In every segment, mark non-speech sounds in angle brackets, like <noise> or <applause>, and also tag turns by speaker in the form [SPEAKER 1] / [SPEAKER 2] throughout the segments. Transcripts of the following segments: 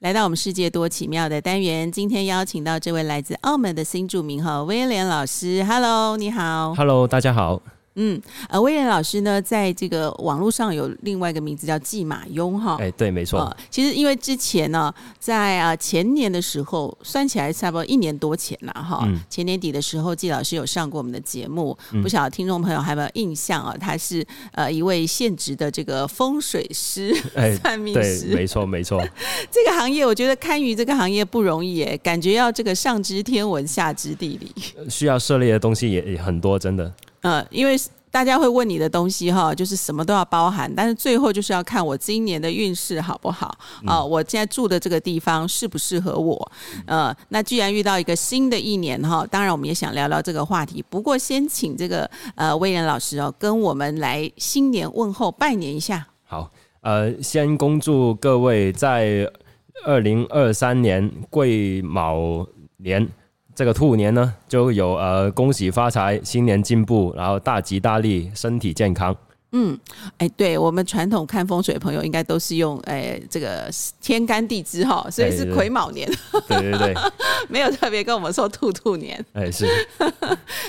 [SPEAKER 1] 来到我们世界多奇妙的单元，今天邀请到这位来自澳门的新著名哈威廉老师，Hello，你好。
[SPEAKER 2] Hello，大家好。
[SPEAKER 1] 嗯，呃，威廉老师呢，在这个网络上有另外一个名字叫季马庸哈。
[SPEAKER 2] 哎、对，没错。
[SPEAKER 1] 呃，其实因为之前呢，在啊前年的时候，算起来差不多一年多前了哈。
[SPEAKER 2] 嗯
[SPEAKER 1] 前年底的时候，季老师有上过我们的节目，
[SPEAKER 2] 嗯
[SPEAKER 1] 不晓得听众朋友还有没有印象啊？他是呃一位现职的这个风水师、
[SPEAKER 2] 哎、
[SPEAKER 1] <laughs> 算命
[SPEAKER 2] 对，
[SPEAKER 1] 师。
[SPEAKER 2] 没错，没错。 <laughs>
[SPEAKER 1] 这个行业，我觉得堪舆这个行业不容易耶，感觉要这个上知天文，下知地理。 <laughs>
[SPEAKER 2] 需要涉猎的东西也也很多，真的。
[SPEAKER 1] 呃，因为大家会问你的东西哈，就是什么都要包含，但是最后就是要看我今年的运势好不好啊、我现在住的这个地方适不适合我。呃，那既然遇到一个新的一年哈，当然我们也想聊聊这个话题。不过先请这个呃威廉老师哦，跟我们来新年问候拜年一下。
[SPEAKER 2] 好，呃，先恭祝各位在二零二三年癸卯年这个兔年呢，就有呃恭喜发财，新年进步，然后大吉大利，身体
[SPEAKER 1] <laughs>
[SPEAKER 2] 健康。
[SPEAKER 1] 哎，对我们传统看风水的朋友应该都是用哎这个天干地支哈，所以
[SPEAKER 2] 对
[SPEAKER 1] 是
[SPEAKER 2] 对
[SPEAKER 1] 癸卯年， <laughs>
[SPEAKER 2] 对对对，
[SPEAKER 1] 没有特别跟我们说兔兔年。
[SPEAKER 2] 哎、是，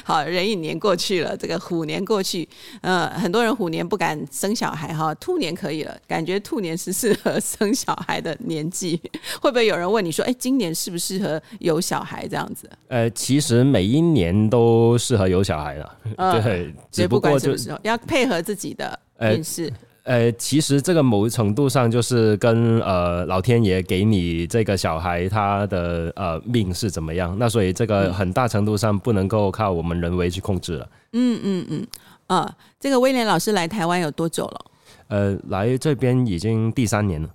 [SPEAKER 1] 好，壬寅年过去了，这个虎年过去，呃，很多人虎年不敢生小孩哈，兔年可以了，感觉兔年是适合 <laughs> 生小孩的年纪。会不会有人问你说，哎，今年适不适合有小孩这样子？
[SPEAKER 2] 呃，其实每一年都适合有小孩了，
[SPEAKER 1] 呃
[SPEAKER 2] 对，
[SPEAKER 1] 所以
[SPEAKER 2] 只不
[SPEAKER 1] 管
[SPEAKER 2] 过
[SPEAKER 1] 什
[SPEAKER 2] 就
[SPEAKER 1] 么时候，要配合自己的
[SPEAKER 2] 呃
[SPEAKER 1] 运势。
[SPEAKER 2] 呃，其实这个某程度上就是跟呃老天爷给你这个小孩他的呃命是怎么样，那所以这个很大程度上不能够靠我们人为去控制了。
[SPEAKER 1] 啊、这个威廉老师来台湾有多久了？
[SPEAKER 2] 呃，来这边已经第三年了，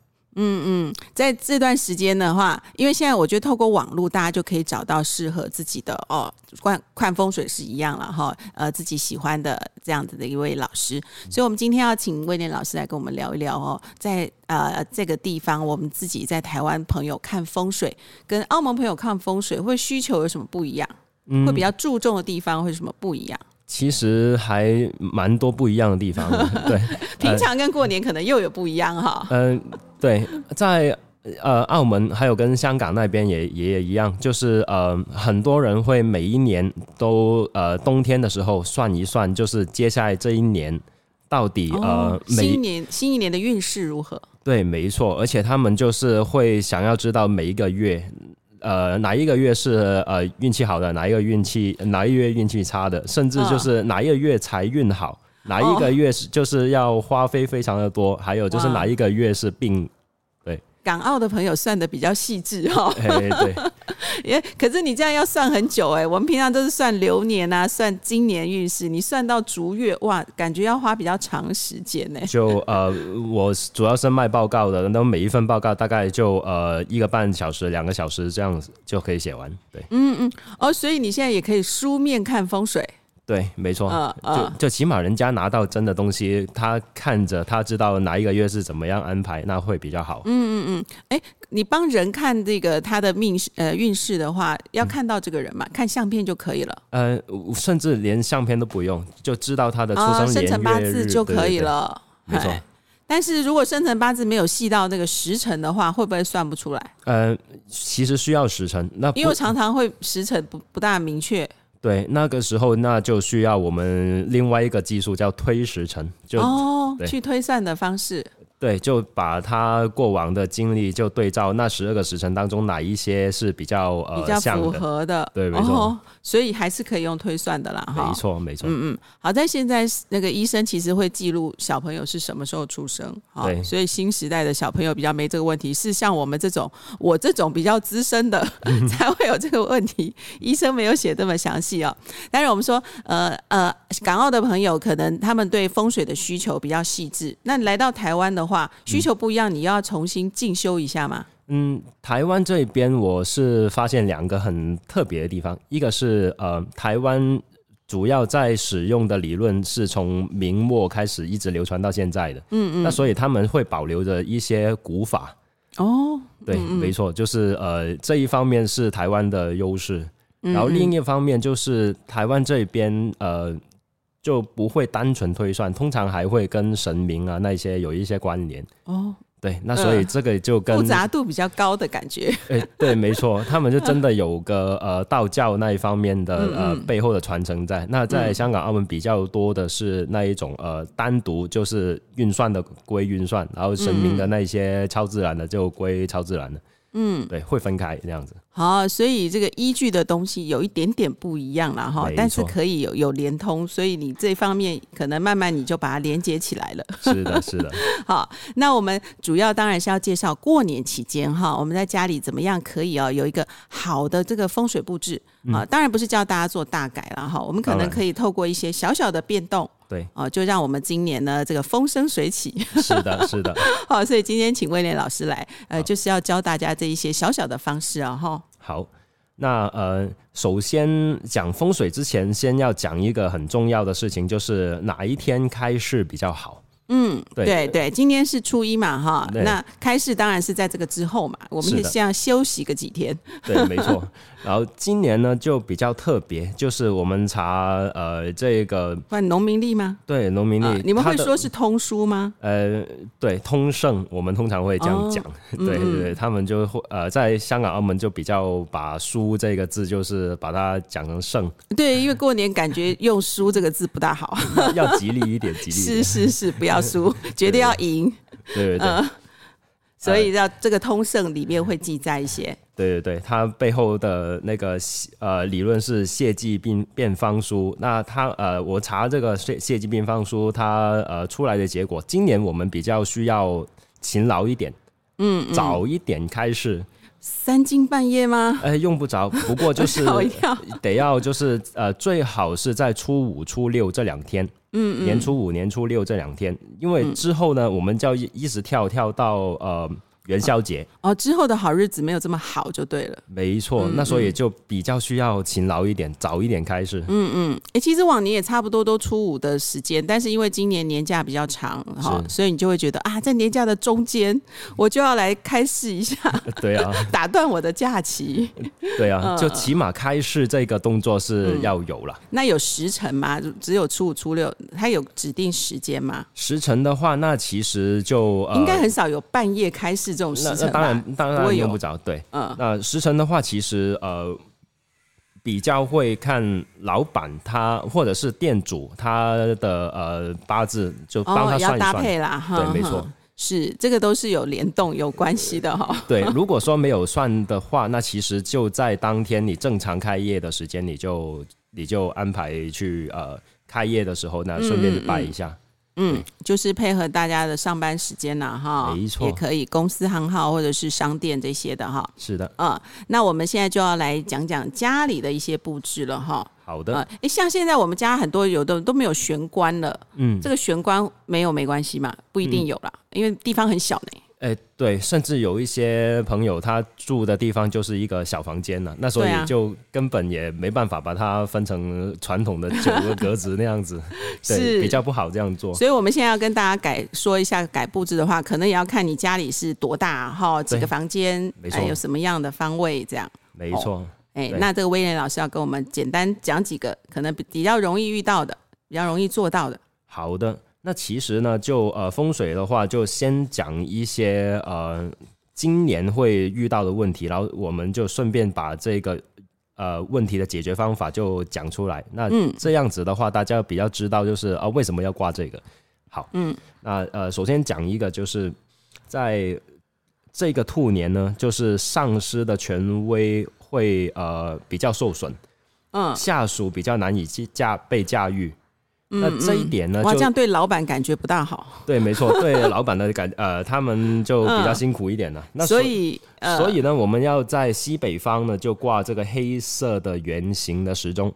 [SPEAKER 1] 在这段时间的话，因为现在我觉得透过网络，大家就可以找到适合自己的哦，看看风水是一样了哈，呃，自己喜欢的这样子的一位老师，所以我们今天要请威廉老师来跟我们聊一聊哦，在呃这个地方，我们自己在台湾朋友看风水，跟澳门朋友看风水，会需求有什么不一样？
[SPEAKER 2] 嗯
[SPEAKER 1] 会比较注重的地方会有什么不一样？
[SPEAKER 2] 其实还蛮多不一样的地方的。对，
[SPEAKER 1] 平常跟过年可能又有不一样哈。
[SPEAKER 2] 嗯、对，在呃澳门还有跟香港那边也也一样，就是呃很多人会每一年都呃冬天的时候算一算，就是接下来这一年到底、
[SPEAKER 1] 哦，
[SPEAKER 2] 呃每
[SPEAKER 1] 新年新一年的运势如何？
[SPEAKER 2] 对没错，而且他们就是会想要知道每一个月。呃，哪一个月是呃运气好的，哪一个运气哪一个月运气差的，甚至
[SPEAKER 1] 嗯
[SPEAKER 2] 就是哪一个月财运好，哪一个月是就是要花费非常的多，还有就是
[SPEAKER 1] 哦哇
[SPEAKER 2] 哪一个月是病
[SPEAKER 1] 港澳的朋友算的比较细致哈、哦。
[SPEAKER 2] 哎，对，
[SPEAKER 1] 也可是你这样要算很久哎、我们平常都是算流年啊，算今年运势，你算到逐月哇，感觉要花比较长时间呢、
[SPEAKER 2] 就呃，我主要是卖报告的，那每一份报告大概就呃一个半小时、两个小时这样子就可以写完。对，
[SPEAKER 1] 哦，所以你现在也可以书面看风水，
[SPEAKER 2] 对，没错，
[SPEAKER 1] 嗯嗯
[SPEAKER 2] 哦就就起码人家拿到真的东西，他看着他知道哪一个月是怎么样安排，那会比较好。
[SPEAKER 1] 嗯你帮人看这个他的命势呃运势的话，要看到这个人嘛，
[SPEAKER 2] 嗯
[SPEAKER 1] 看相片就可以了
[SPEAKER 2] 呃，甚至连相片都不用，就知道他的出生年
[SPEAKER 1] 啊哦生
[SPEAKER 2] 月
[SPEAKER 1] 辰八字
[SPEAKER 2] 日
[SPEAKER 1] 就可以。
[SPEAKER 2] 对对对
[SPEAKER 1] 了。
[SPEAKER 2] 没错
[SPEAKER 1] 哎，但是如果生辰八字没有细到那个时辰的话，会不会算不出来？
[SPEAKER 2] 呃，其实需要时辰，那啊不
[SPEAKER 1] 因为我常常会时辰不不大明确，
[SPEAKER 2] 对那个时候那就需要我们另外一个技术叫推时辰，就
[SPEAKER 1] 哦，
[SPEAKER 2] 对
[SPEAKER 1] 去推算的方式。
[SPEAKER 2] 对，就把他过往的经历就对照那十二个时辰当中哪一些是比较呃
[SPEAKER 1] 比较
[SPEAKER 2] 像
[SPEAKER 1] 符
[SPEAKER 2] 的，
[SPEAKER 1] 合的，
[SPEAKER 2] 对没错
[SPEAKER 1] 哦，所以还是可以用推算的啦，哈。
[SPEAKER 2] 没。错没错，
[SPEAKER 1] 嗯嗯，好在现在那个医生其实会记录小朋友是什么时候出生，哈
[SPEAKER 2] 对
[SPEAKER 1] 所以新时代的小朋友比较没这个问题，是像我们这
[SPEAKER 2] <laughs>
[SPEAKER 1] 种我这种比较资深的才会有这个问题，医生没有写这么详细哦。但是我们说，呃呃，港澳的朋友可能他们对风水的需求比较细致，那你来到台湾的话，需求不一样，你要重新进修一下嘛？
[SPEAKER 2] 嗯，台湾这边我是发现两个很特别的地方，一个是呃台湾主要在使用的理论是从明末开始一直流传到现在的，嗯嗯，那所以他们会保留着一些古法，
[SPEAKER 1] 哦，
[SPEAKER 2] 对，没错，就是呃这一方面是台湾的优势，
[SPEAKER 1] 嗯
[SPEAKER 2] 然后另一方面就是台湾这边呃就不会单纯推算，通常还会跟神明啊那一些有一些关联。
[SPEAKER 1] 哦，
[SPEAKER 2] 对，那所以这个就跟
[SPEAKER 1] 复杂度比较高的感觉。 <laughs>
[SPEAKER 2] 哎，对，没错，他们就真的有个呃道教那一方面的
[SPEAKER 1] 嗯
[SPEAKER 2] 呃背后的传承在。那在香港、澳门比较多的是那一种呃单独就是运算的归运算，然后神明的
[SPEAKER 1] 嗯
[SPEAKER 2] 那些超自然的就归超自然的。嗯，对，会分开这样子。
[SPEAKER 1] 好，所以这个依据的东西有一点点不一样了哈
[SPEAKER 2] 没，
[SPEAKER 1] 但是
[SPEAKER 2] 错
[SPEAKER 1] 可以有有连通，所以你这方面可能慢慢你就把它连接起来了。 <laughs>
[SPEAKER 2] 是的，是的， <laughs>
[SPEAKER 1] 好，那我们主要当然是要介绍过年期间哈，我们在家里怎么样可以哦有一个好的这个风水布置啊、当然不是叫大家做大改了哈，我们可
[SPEAKER 2] 嗯当
[SPEAKER 1] 能
[SPEAKER 2] 然
[SPEAKER 1] 可以透过一些小小的变动
[SPEAKER 2] 对，
[SPEAKER 1] 哦、就让我们今年呢这个风生水起。 <laughs>
[SPEAKER 2] 是的，是的。
[SPEAKER 1] 好，所以今天请威廉老师来，呃，
[SPEAKER 2] 好
[SPEAKER 1] 就是要教大家这一些小小的方式啊哈。
[SPEAKER 2] 好，那呃，首先讲风水之前，先要讲一个很重要的事情，就是哪一天开市比较
[SPEAKER 1] <laughs>
[SPEAKER 2] 好。嗯，对
[SPEAKER 1] 对对，今天是初一嘛哈，
[SPEAKER 2] 对
[SPEAKER 1] 那开市当然是在这个之后嘛，我们
[SPEAKER 2] 是
[SPEAKER 1] 也
[SPEAKER 2] 的
[SPEAKER 1] 是要休息个几天。
[SPEAKER 2] 对，没错。然后今年呢就比较特别，就是我们查呃这个
[SPEAKER 1] 换农民历吗？
[SPEAKER 2] 对农民历、
[SPEAKER 1] 啊，你们
[SPEAKER 2] 它
[SPEAKER 1] 会
[SPEAKER 2] 的
[SPEAKER 1] 说是通书吗？
[SPEAKER 2] 呃对通胜，我们通常会这样
[SPEAKER 1] 哦
[SPEAKER 2] 讲。对对对，他们就会呃在香港、澳门就比较把“书”这个字就是把它讲
[SPEAKER 1] <laughs>
[SPEAKER 2] 成“胜
[SPEAKER 1] 对，因为过年感觉用“输”这个字不大
[SPEAKER 2] <laughs>
[SPEAKER 1] 好，”，
[SPEAKER 2] 要吉利一点，吉利一
[SPEAKER 1] 是
[SPEAKER 2] 点。
[SPEAKER 1] 是是，不要
[SPEAKER 2] <laughs>
[SPEAKER 1] 输，绝对要赢。
[SPEAKER 2] 对对对。
[SPEAKER 1] 所以要这个通胜里面会记载一些，
[SPEAKER 2] 对对对，它背后的那个呃理论是谢济病变方书。那它呃，我查这个谢谢济病方书，它呃出来的结果，今年我们比较需要勤劳一点，嗯，早一点开始，
[SPEAKER 1] 三更半夜吗？
[SPEAKER 2] 哎，用不着。不过就 <laughs> 是
[SPEAKER 1] 吓我一跳。
[SPEAKER 2] 得要就是呃，最好是在初五、初六这两天，嗯年初五、年初六这两天，因为之后呢，我们就要一一直跳跳到呃元宵节。
[SPEAKER 1] 哦，之后的好日子没有这么好就对了。
[SPEAKER 2] 没
[SPEAKER 1] 嗯
[SPEAKER 2] 错，那所以就比较需要勤劳一点，早一点开始。嗯，
[SPEAKER 1] 诶，其实往年也差不多都初五的时间，但是因为今年年假比较长哈，
[SPEAKER 2] 是
[SPEAKER 1] 所以你就会觉得啊，在年假的中间，我就要来开市一下，
[SPEAKER 2] <laughs>
[SPEAKER 1] <laughs>
[SPEAKER 2] 对啊，
[SPEAKER 1] 打断我的假期。<laughs>
[SPEAKER 2] 对
[SPEAKER 1] 嗯
[SPEAKER 2] 啊，就起码开市这个动作是要有了。
[SPEAKER 1] 那有时辰吗？只有初五、初六，它有指定时间吗？
[SPEAKER 2] 时辰的话，那其实就、呃、
[SPEAKER 1] 应该很少有半夜开市这种时
[SPEAKER 2] 那
[SPEAKER 1] 辰
[SPEAKER 2] 那
[SPEAKER 1] 吧
[SPEAKER 2] 当然当
[SPEAKER 1] 不
[SPEAKER 2] 然
[SPEAKER 1] 会有
[SPEAKER 2] 用不着。对，
[SPEAKER 1] 嗯
[SPEAKER 2] 那时辰的话，其实呃比较会看老板他或者是店主他的呃八字，就
[SPEAKER 1] 哦，
[SPEAKER 2] 帮他
[SPEAKER 1] 要
[SPEAKER 2] 算一
[SPEAKER 1] 搭
[SPEAKER 2] 算。
[SPEAKER 1] 配啦，哈，
[SPEAKER 2] 对，没错
[SPEAKER 1] 哈。。是，这个都是有联动、有关系的 <laughs> 哈、
[SPEAKER 2] 对，如果说没有算的话，那其实就在当天你正常开业的时间，你就你就安排去呃开业的时候，那顺便就拜一下。
[SPEAKER 1] 嗯，就是配合大家的上班时间啦，哈，
[SPEAKER 2] 没错
[SPEAKER 1] 也可以公司行号或者是商店这些的哈。
[SPEAKER 2] 是的，
[SPEAKER 1] 啊、那我们现在就要来讲讲家里的一些布置了哈。
[SPEAKER 2] 好的，
[SPEAKER 1] 呃，诶，像现在我们家很多有的都没有玄关了，
[SPEAKER 2] 嗯，
[SPEAKER 1] 这个玄关没有没关系嘛，不一定有啦，因为地方很小呢。
[SPEAKER 2] 哎、对，甚至有一些朋友他住的地方就是一个小房间呢、那所
[SPEAKER 1] 对啊
[SPEAKER 2] 以就根本也没办法把它分成传统的九个格子那
[SPEAKER 1] <laughs>
[SPEAKER 2] 样子，
[SPEAKER 1] 是
[SPEAKER 2] 对，比较不好这样做。
[SPEAKER 1] 所以我们现在要跟大家改说一下改布置的话，可能也要看你家里是多大哈，几个
[SPEAKER 2] 对
[SPEAKER 1] 房间，
[SPEAKER 2] 没
[SPEAKER 1] 哎
[SPEAKER 2] 错
[SPEAKER 1] 有什么样的方位这样。
[SPEAKER 2] 没错，
[SPEAKER 1] 哎，
[SPEAKER 2] 对
[SPEAKER 1] 那这个威廉老师要跟我们简单讲几个可能比较容易遇到的、比较容易做到的。
[SPEAKER 2] 好的，那其实呢，就呃风水的话，就先讲一些呃今年会遇到的问题，然后我们就顺便把这个呃问题的解决方法就讲出来。那
[SPEAKER 1] 嗯
[SPEAKER 2] 这样子的话，大家比较知道就是啊、为什么要挂这个。好，嗯，那呃首先讲一个就是在这个兔年呢，就是上司的权威会呃比较受损，
[SPEAKER 1] 嗯，
[SPEAKER 2] 下属比较难以去驾被驾驭。那这一点呢，
[SPEAKER 1] 嗯哇，
[SPEAKER 2] 就
[SPEAKER 1] 这样对老板感觉不大好，
[SPEAKER 2] 对，没错，对老板的感呃，他们就比较辛苦
[SPEAKER 1] <laughs>
[SPEAKER 2] 一点了。啊那
[SPEAKER 1] 所以呃，
[SPEAKER 2] 所以呢，我们要在西北方呢，就挂这个黑色的圆形的时钟。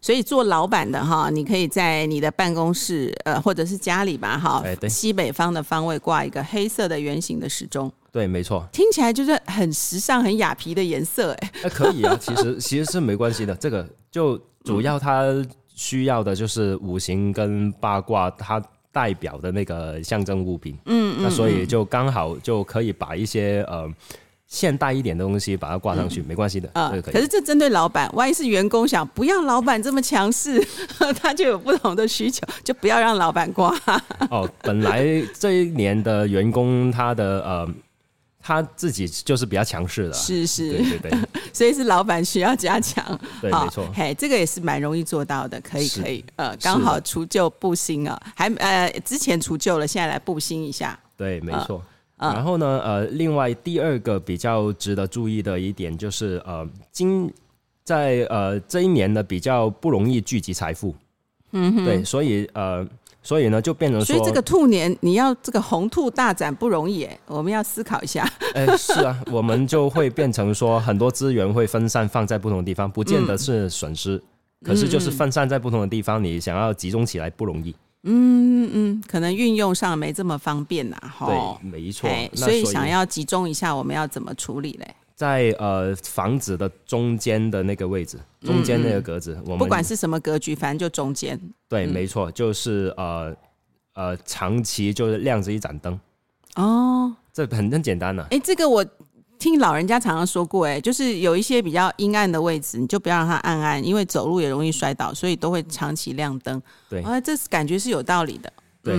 [SPEAKER 1] 所以做老板的哈，你可以在你的办公室呃，或者是家里吧哈
[SPEAKER 2] 哎，对
[SPEAKER 1] 西北方的方位挂一个黑色的圆形的时钟，
[SPEAKER 2] 对，没错，
[SPEAKER 1] 听起来就是很时尚、很雅皮的颜色哎。
[SPEAKER 2] 那、可
[SPEAKER 1] <laughs>
[SPEAKER 2] 以啊。其实其实是没关系的，这个就主要它需要的就是五行跟八卦它代表
[SPEAKER 1] 嗯
[SPEAKER 2] 的那个象征物品。嗯嗯那所以就刚好就可以把一些呃现代一点的东西把它挂上去，没关系的，
[SPEAKER 1] 啊、
[SPEAKER 2] 这个可
[SPEAKER 1] 可
[SPEAKER 2] 以
[SPEAKER 1] 是。这针对老板，万一是员工想不要老板这么强势， <laughs> 他就有不同的需求，就不要让老板挂。
[SPEAKER 2] 哦，本来这一年的员工他的呃他自己就是比较强势的，
[SPEAKER 1] 是
[SPEAKER 2] 对
[SPEAKER 1] 是，
[SPEAKER 2] 对
[SPEAKER 1] <laughs>
[SPEAKER 2] 对
[SPEAKER 1] 所以是老板需要加强。
[SPEAKER 2] 对，
[SPEAKER 1] 好
[SPEAKER 2] 没错。
[SPEAKER 1] 嘿，这个也是蛮容易做到的，可以
[SPEAKER 2] 是
[SPEAKER 1] 可以，呃，刚好除旧布新啊，还呃之前除旧了，现在来布新一下。
[SPEAKER 2] 对，没错。
[SPEAKER 1] 啊
[SPEAKER 2] 然后呢，呃，另外第二个比较值得注意的一点就是，呃，今在呃这一年呢比较不容易聚集财富，嗯哼，对，所以呃，所以呢就变成
[SPEAKER 1] 所
[SPEAKER 2] 说，
[SPEAKER 1] 以这个兔年你要这个红兔大展不容易耶，我们要思考一下。
[SPEAKER 2] 哎，是啊，我们就会变成说很多资源会分散放在不同地方，不
[SPEAKER 1] 嗯
[SPEAKER 2] 见得是损失，可是就是分散在不同的地方，你想要集中起来不容易，
[SPEAKER 1] 嗯嗯，可能运用上没这么方便呐，吼。
[SPEAKER 2] 对，没错
[SPEAKER 1] 嘿，
[SPEAKER 2] 那
[SPEAKER 1] 哦所以想要集中一下，我们要怎么处理嘞？
[SPEAKER 2] 在呃房子的中间的那个位置，中间那个格子，我
[SPEAKER 1] 嗯
[SPEAKER 2] 们
[SPEAKER 1] 不管是什嗯么格局，反正就中间。
[SPEAKER 2] 对，没错，就是呃呃，长期就是亮着一盏灯，
[SPEAKER 1] 哦，
[SPEAKER 2] 这很很简单呐、啊
[SPEAKER 1] 哎，这个我听老人家常常说过，哎，就是有一些比较阴暗的位置，你就不要让它暗暗，因为走路也容易摔倒，所以都会长期亮灯。
[SPEAKER 2] 对
[SPEAKER 1] 啊，这是感觉是有道理的。
[SPEAKER 2] 对，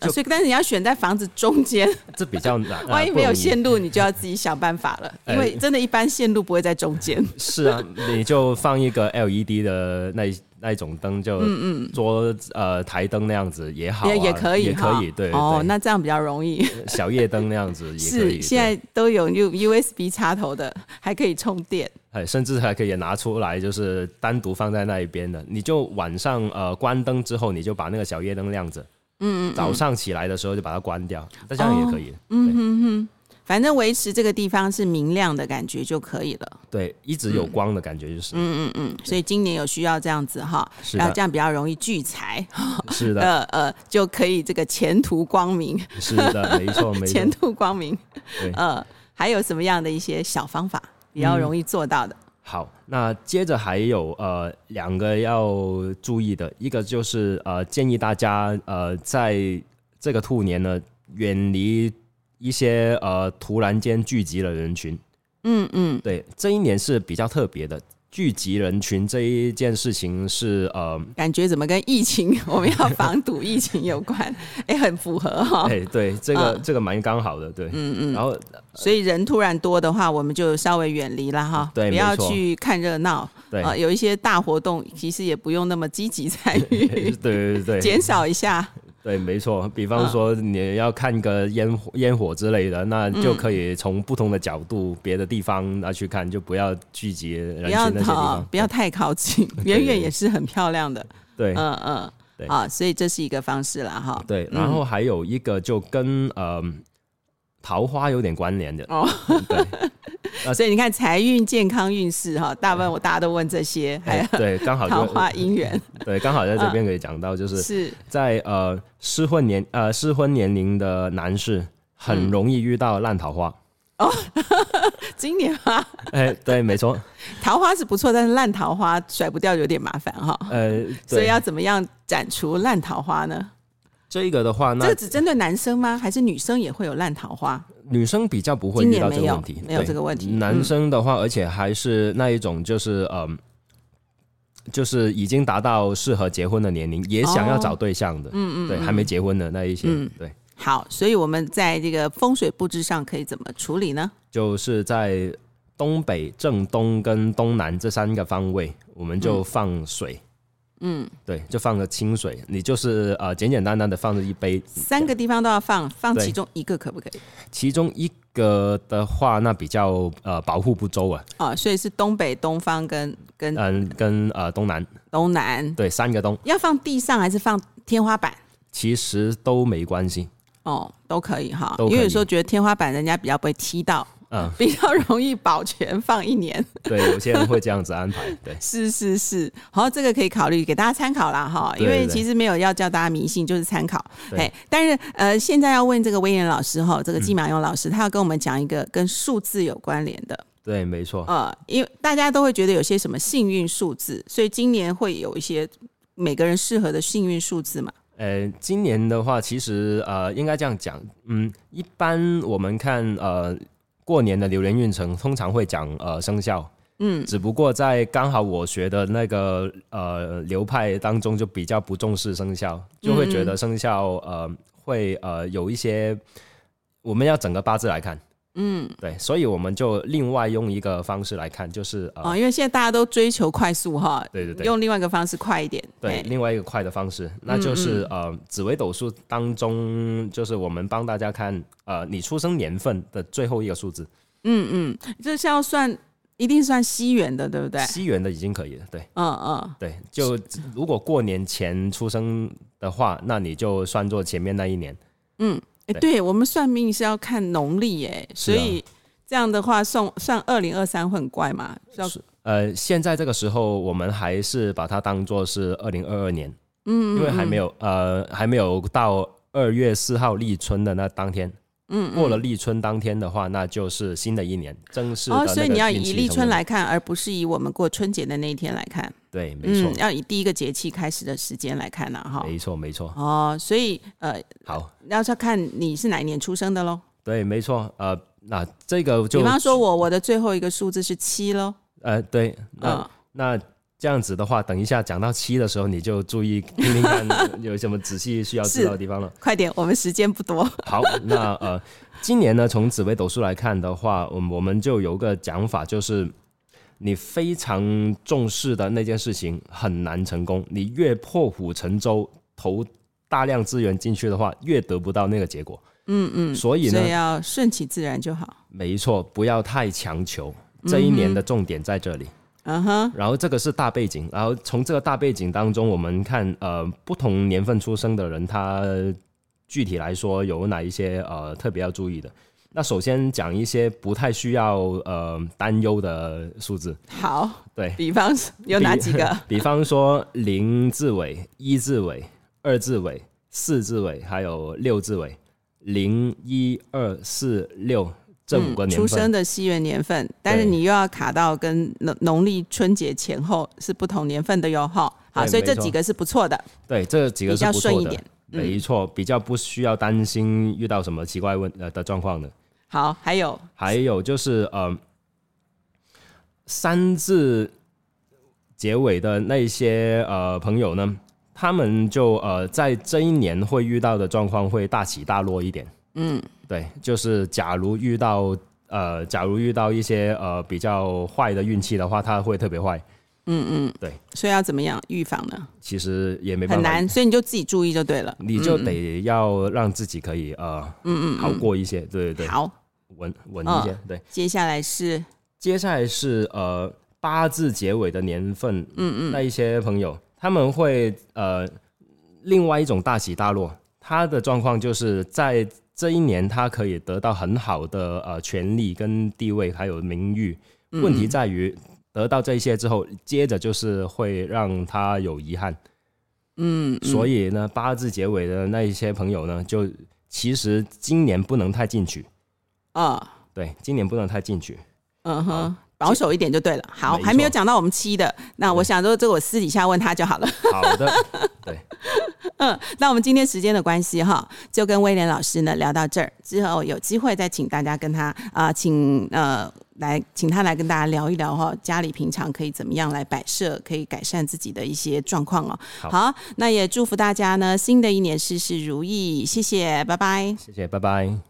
[SPEAKER 1] 呃所以，但是你要选在房子中间，
[SPEAKER 2] 这比较难，呃
[SPEAKER 1] <laughs> 万一
[SPEAKER 2] 不
[SPEAKER 1] 没有
[SPEAKER 2] 容易
[SPEAKER 1] 线路，你就要自己想办法了。
[SPEAKER 2] 哎
[SPEAKER 1] 因为真的，一般线路不会在中间。
[SPEAKER 2] 是
[SPEAKER 1] <laughs>
[SPEAKER 2] 啊，你就放一个 LED 的那一那一种灯，就桌呃台灯那样子也好啊、
[SPEAKER 1] 嗯也也可以，
[SPEAKER 2] 也可
[SPEAKER 1] 哈
[SPEAKER 2] 以，对
[SPEAKER 1] 哦，
[SPEAKER 2] 对
[SPEAKER 1] 那这样比较容易。 <laughs>
[SPEAKER 2] 小夜灯那样子也可以，
[SPEAKER 1] 是，现在都有 U USB 插头的，还可以充电。
[SPEAKER 2] 哎，甚至还可以拿出来，就是单独放在那一边的。你就晚上呃关灯之后，你就把那个小夜灯亮着，嗯嗯早上起来的时候就把它关掉，那这样也可以。
[SPEAKER 1] 哦
[SPEAKER 2] 嗯哼，
[SPEAKER 1] 反正维持这个地方是明亮的感觉就可以了。
[SPEAKER 2] 对，一直有光的感觉就是，嗯，
[SPEAKER 1] 所以今年有需要这样子哈，
[SPEAKER 2] 是
[SPEAKER 1] 然后
[SPEAKER 2] 的
[SPEAKER 1] 这，样比较容易聚财，
[SPEAKER 2] 是的，
[SPEAKER 1] 呃呃，就可以这个前途光明， <laughs>
[SPEAKER 2] 是的，没错，没错
[SPEAKER 1] 前。途光明
[SPEAKER 2] 对。嗯
[SPEAKER 1] 呃，还有什么样的一些小方法比较容易做到的？
[SPEAKER 2] 好，那接着还有呃两个要注意的，一个就是呃建议大家呃在这个兔年呢远离一些呃突然间聚集的人群。
[SPEAKER 1] 嗯嗯，
[SPEAKER 2] 对，这一年是比较特别的，聚集人群这一件事情是呃。
[SPEAKER 1] 感觉怎么跟疫情， <laughs> 我们要防堵疫情有关？
[SPEAKER 2] <laughs>
[SPEAKER 1] 哎、很符合哈、
[SPEAKER 2] 哎、对，这个、
[SPEAKER 1] 嗯
[SPEAKER 2] 这个蛮刚好的，对，嗯嗯，然后
[SPEAKER 1] 所以人突然多的话，我们就稍微远离了哈，
[SPEAKER 2] 对
[SPEAKER 1] 不要
[SPEAKER 2] 没错
[SPEAKER 1] 去看热闹啊、
[SPEAKER 2] 对，
[SPEAKER 1] 有一些大活动，其实也不用那么积极参
[SPEAKER 2] <laughs> <laughs> 对
[SPEAKER 1] 与，
[SPEAKER 2] 对对对
[SPEAKER 1] 减少一
[SPEAKER 2] <laughs>
[SPEAKER 1] 下。
[SPEAKER 2] 对，没错。
[SPEAKER 1] 嗯
[SPEAKER 2] 比方说你要看个烟火烟火之类的，那就可以从不同的角度、别的地方来去看，就不要聚集
[SPEAKER 1] 不
[SPEAKER 2] 人群
[SPEAKER 1] 要
[SPEAKER 2] 那些地
[SPEAKER 1] 啊
[SPEAKER 2] 方，。
[SPEAKER 1] 不要太靠
[SPEAKER 2] <laughs>
[SPEAKER 1] 近，远远也是很漂亮的。
[SPEAKER 2] 对
[SPEAKER 1] 嗯嗯，
[SPEAKER 2] 对
[SPEAKER 1] 啊，所以这是一个方式啦，哈。
[SPEAKER 2] 对，然后还有一个就跟呃桃花有点关联的，
[SPEAKER 1] 哦，
[SPEAKER 2] 对呃
[SPEAKER 1] 所以你看财运、健康运势哈，大问我大家都问这些， <laughs> 还
[SPEAKER 2] 哎
[SPEAKER 1] 有
[SPEAKER 2] 对，刚好
[SPEAKER 1] 桃
[SPEAKER 2] 就
[SPEAKER 1] 花姻缘
[SPEAKER 2] 对，刚好在这边可以讲到， <laughs> 就是
[SPEAKER 1] 是
[SPEAKER 2] 在呃适婚年呃适婚年龄的男士
[SPEAKER 1] 嗯
[SPEAKER 2] 很容易遇到烂桃花。
[SPEAKER 1] 今年啊，
[SPEAKER 2] 哎，对，没错，
[SPEAKER 1] 桃花是不错，但是烂桃花甩不掉有点麻烦哈。
[SPEAKER 2] 呃，
[SPEAKER 1] 所以
[SPEAKER 2] 对，
[SPEAKER 1] 要怎么样斩除烂桃花呢？
[SPEAKER 2] 这一个的话，那
[SPEAKER 1] 这个只针对男生吗？还是女生也会有烂桃花？
[SPEAKER 2] 女生比较不会
[SPEAKER 1] 今
[SPEAKER 2] 遇
[SPEAKER 1] 年
[SPEAKER 2] 到这
[SPEAKER 1] 没
[SPEAKER 2] 个
[SPEAKER 1] 有
[SPEAKER 2] 问题，
[SPEAKER 1] 没有
[SPEAKER 2] 对
[SPEAKER 1] 这个问题嗯
[SPEAKER 2] 男生的话，而且还是那一种，就是嗯，就是已经达到适合结婚的年龄，也想要
[SPEAKER 1] 哦
[SPEAKER 2] 找对象的，嗯嗯，对，还没结婚的那一些，
[SPEAKER 1] 嗯
[SPEAKER 2] 对，
[SPEAKER 1] 好，所以我们在这个风水布置上可以怎么处理呢？
[SPEAKER 2] 就是在东北、正东跟东南这三个方位，我们就放水。嗯，对，就放个清水，你就是呃简简单单的放着一杯，
[SPEAKER 1] 三个地方都要放，放
[SPEAKER 2] 对
[SPEAKER 1] 其中一个可不可以？
[SPEAKER 2] 其中一个的话，那比较呃保护不周啊，
[SPEAKER 1] 哦，所以是东北、东方跟跟
[SPEAKER 2] 嗯、跟呃东南，
[SPEAKER 1] 东南，
[SPEAKER 2] 对，三个东。
[SPEAKER 1] 要放地上还是放天花板？
[SPEAKER 2] 其实都没关系。
[SPEAKER 1] 哦，都可以哈，
[SPEAKER 2] 都可以
[SPEAKER 1] 因为有时候觉得天花板人家比较不会踢到，
[SPEAKER 2] 嗯，
[SPEAKER 1] 比较容易保全放一年。
[SPEAKER 2] 对，有些人会这样子安排。 <laughs> 对，
[SPEAKER 1] 是是是，好，这个可以考虑给大家参考啦哈，
[SPEAKER 2] 对
[SPEAKER 1] 因为
[SPEAKER 2] 对
[SPEAKER 1] 其实没有要教大家迷信，就是参考。
[SPEAKER 2] 对嗯
[SPEAKER 1] 嘿，但是呃，现在要问这个威廉老师哈，这个季马勇老师，他要跟我们讲一个跟数字有关联的，
[SPEAKER 2] 对，没错。
[SPEAKER 1] 呃，因为大家都会觉得有些什么幸运数字，所以今年会有一些每个人适合的幸运数字嘛。
[SPEAKER 2] 呃，今年的话，其实呃，应该这样讲，嗯，一般我们看呃。过年的流年运程通常会讲呃生肖，
[SPEAKER 1] 嗯，
[SPEAKER 2] 只不过在刚好我学的那个呃流派当中就比较不重视生肖，就会
[SPEAKER 1] 嗯
[SPEAKER 2] 觉得生肖呃会呃有一些我们要整个八字来看，
[SPEAKER 1] 嗯，
[SPEAKER 2] 对，所以我们就另外用一个方式来看，就是呃、
[SPEAKER 1] 哦，因为现在大家都追求快速哈，
[SPEAKER 2] 对对对
[SPEAKER 1] 用另外一个方式快一点，
[SPEAKER 2] 对，
[SPEAKER 1] 哎嗯
[SPEAKER 2] 另外一个快的方式，那就是呃，紫微斗数当中，就是我们帮大家看呃，你出生年份的最后一个数字，
[SPEAKER 1] 嗯嗯，这是要算，一定算西元的，对不对？
[SPEAKER 2] 西元的已经可以了。对
[SPEAKER 1] 嗯嗯，
[SPEAKER 2] 对，就如果过年前出生的话，那你就算作前面那一年。
[SPEAKER 1] 哎，
[SPEAKER 2] 对
[SPEAKER 1] 对我们算命是要看农历哎，
[SPEAKER 2] 是
[SPEAKER 1] 所
[SPEAKER 2] 啊
[SPEAKER 1] 以这样的话算算二零二三会很怪嘛？要
[SPEAKER 2] 呃，现在这个时候，我们还是把它当做是二零二二年，嗯因为还没有呃，还没有到二月四号立春的那当天。嗯，过了立春当天的话，那就是新的一年正式的那
[SPEAKER 1] 哦，
[SPEAKER 2] 个
[SPEAKER 1] 所以你要
[SPEAKER 2] 运气
[SPEAKER 1] 以立
[SPEAKER 2] 成
[SPEAKER 1] 春
[SPEAKER 2] 为
[SPEAKER 1] 来看，而不是以我们过春节的那一天来看，
[SPEAKER 2] 对，没错
[SPEAKER 1] 嗯，，要以第一个节气开始的时间来看呐、哈。
[SPEAKER 2] 没错，没错。
[SPEAKER 1] 哦，所以呃，
[SPEAKER 2] 好，
[SPEAKER 1] 要是要看你是哪一年出生的喽。
[SPEAKER 2] 对，没错。呃，那这个就
[SPEAKER 1] 比方说我，我的最后一个数字是七喽。
[SPEAKER 2] 呃，对，那、
[SPEAKER 1] 嗯，
[SPEAKER 2] 那这样子的话，等一下讲到七的时候，你就注意听
[SPEAKER 1] <laughs>
[SPEAKER 2] 听看有什么仔细需要知道的地方了。
[SPEAKER 1] 快点，我们时间不多。
[SPEAKER 2] 好，那呃，今年呢，从紫微斗数来看的话，我们我们就有个讲法，就是你非常重视的那件事情很难成功，你越破釜沉舟投大量资源进去的话，越得不到那个结果。
[SPEAKER 1] 嗯嗯，
[SPEAKER 2] 所以呢
[SPEAKER 1] 所以，要顺其自然就好。
[SPEAKER 2] 没错，不要太强求。这一年的重点在这里，
[SPEAKER 1] 嗯哼，
[SPEAKER 2] 然后这个是大背景，然后从这个大背景当中，我们看呃不同年份出生的人，他呃具体来说有哪一些呃特别要注意的。那首先讲一些不太需要呃担忧的数字，
[SPEAKER 1] 好。
[SPEAKER 2] 对，
[SPEAKER 1] 比方说有哪几个？
[SPEAKER 2] 比方说零字尾、一字尾、二字尾、四字尾，还有六字尾，零、一、二、四、六这五个
[SPEAKER 1] 嗯
[SPEAKER 2] 年份。
[SPEAKER 1] 出生的西元年份，但是你又要卡到跟农农历春节前后是不同年份的哟，哈。好，
[SPEAKER 2] 对
[SPEAKER 1] 所以这
[SPEAKER 2] 没错
[SPEAKER 1] 几个是不错的，
[SPEAKER 2] 对，这几个
[SPEAKER 1] 比
[SPEAKER 2] 是
[SPEAKER 1] 较
[SPEAKER 2] 不
[SPEAKER 1] 顺
[SPEAKER 2] 错
[SPEAKER 1] 一
[SPEAKER 2] 的
[SPEAKER 1] 点。嗯
[SPEAKER 2] 没错，比较不需要担心遇到什么奇怪问呃的状况的。
[SPEAKER 1] 好，还有
[SPEAKER 2] 还有就是呃，三字结尾的那些呃朋友呢，他们就呃在这一年会遇到的状况会大起大落一点。
[SPEAKER 1] 嗯，
[SPEAKER 2] 对，就是假如遇到呃，假如遇到一些呃比较坏的运气的话，它会特别坏。
[SPEAKER 1] 所以要怎么样预防呢？
[SPEAKER 2] 其实也没办
[SPEAKER 1] 很
[SPEAKER 2] 法，
[SPEAKER 1] 难，所以你就自己注意就对了。
[SPEAKER 2] 你就得要让自己可以呃，嗯嗯，好嗯过一些，对对对，
[SPEAKER 1] 好，
[SPEAKER 2] 稳稳一些。对，
[SPEAKER 1] 接下来是
[SPEAKER 2] 接下来是呃八字结尾的年份，嗯嗯，那一些朋友他们会呃另外一种大起大落，他的状况就是在这一年他可以得到很好的呃权利跟地位，还有名誉，
[SPEAKER 1] 嗯
[SPEAKER 2] 问题在于。得到这些之后，接着就是会让他有遗憾，
[SPEAKER 1] 嗯，
[SPEAKER 2] 所以呢，八字结尾的那一些朋友呢，就其实今年不能太进取，
[SPEAKER 1] 啊，
[SPEAKER 2] 对，今年不能太进取，
[SPEAKER 1] 嗯哼，保守一点就对了。好，
[SPEAKER 2] 没错
[SPEAKER 1] 还没有讲到我们七的，那我想说这个我私底下问他就好了。
[SPEAKER 2] 好的，对，
[SPEAKER 1] 嗯， <laughs> 那我们今天时间的关系哈，就跟威廉老师呢聊到这儿，之后有机会再请大家跟他啊、请呃来请他来跟大家聊一聊哈，家里平常可以怎么样来摆设，可以改善自己的一些状况哦。
[SPEAKER 2] 好
[SPEAKER 1] 那也祝福大家呢，新的一年事事如意，谢谢，拜拜。
[SPEAKER 2] 谢谢，拜拜。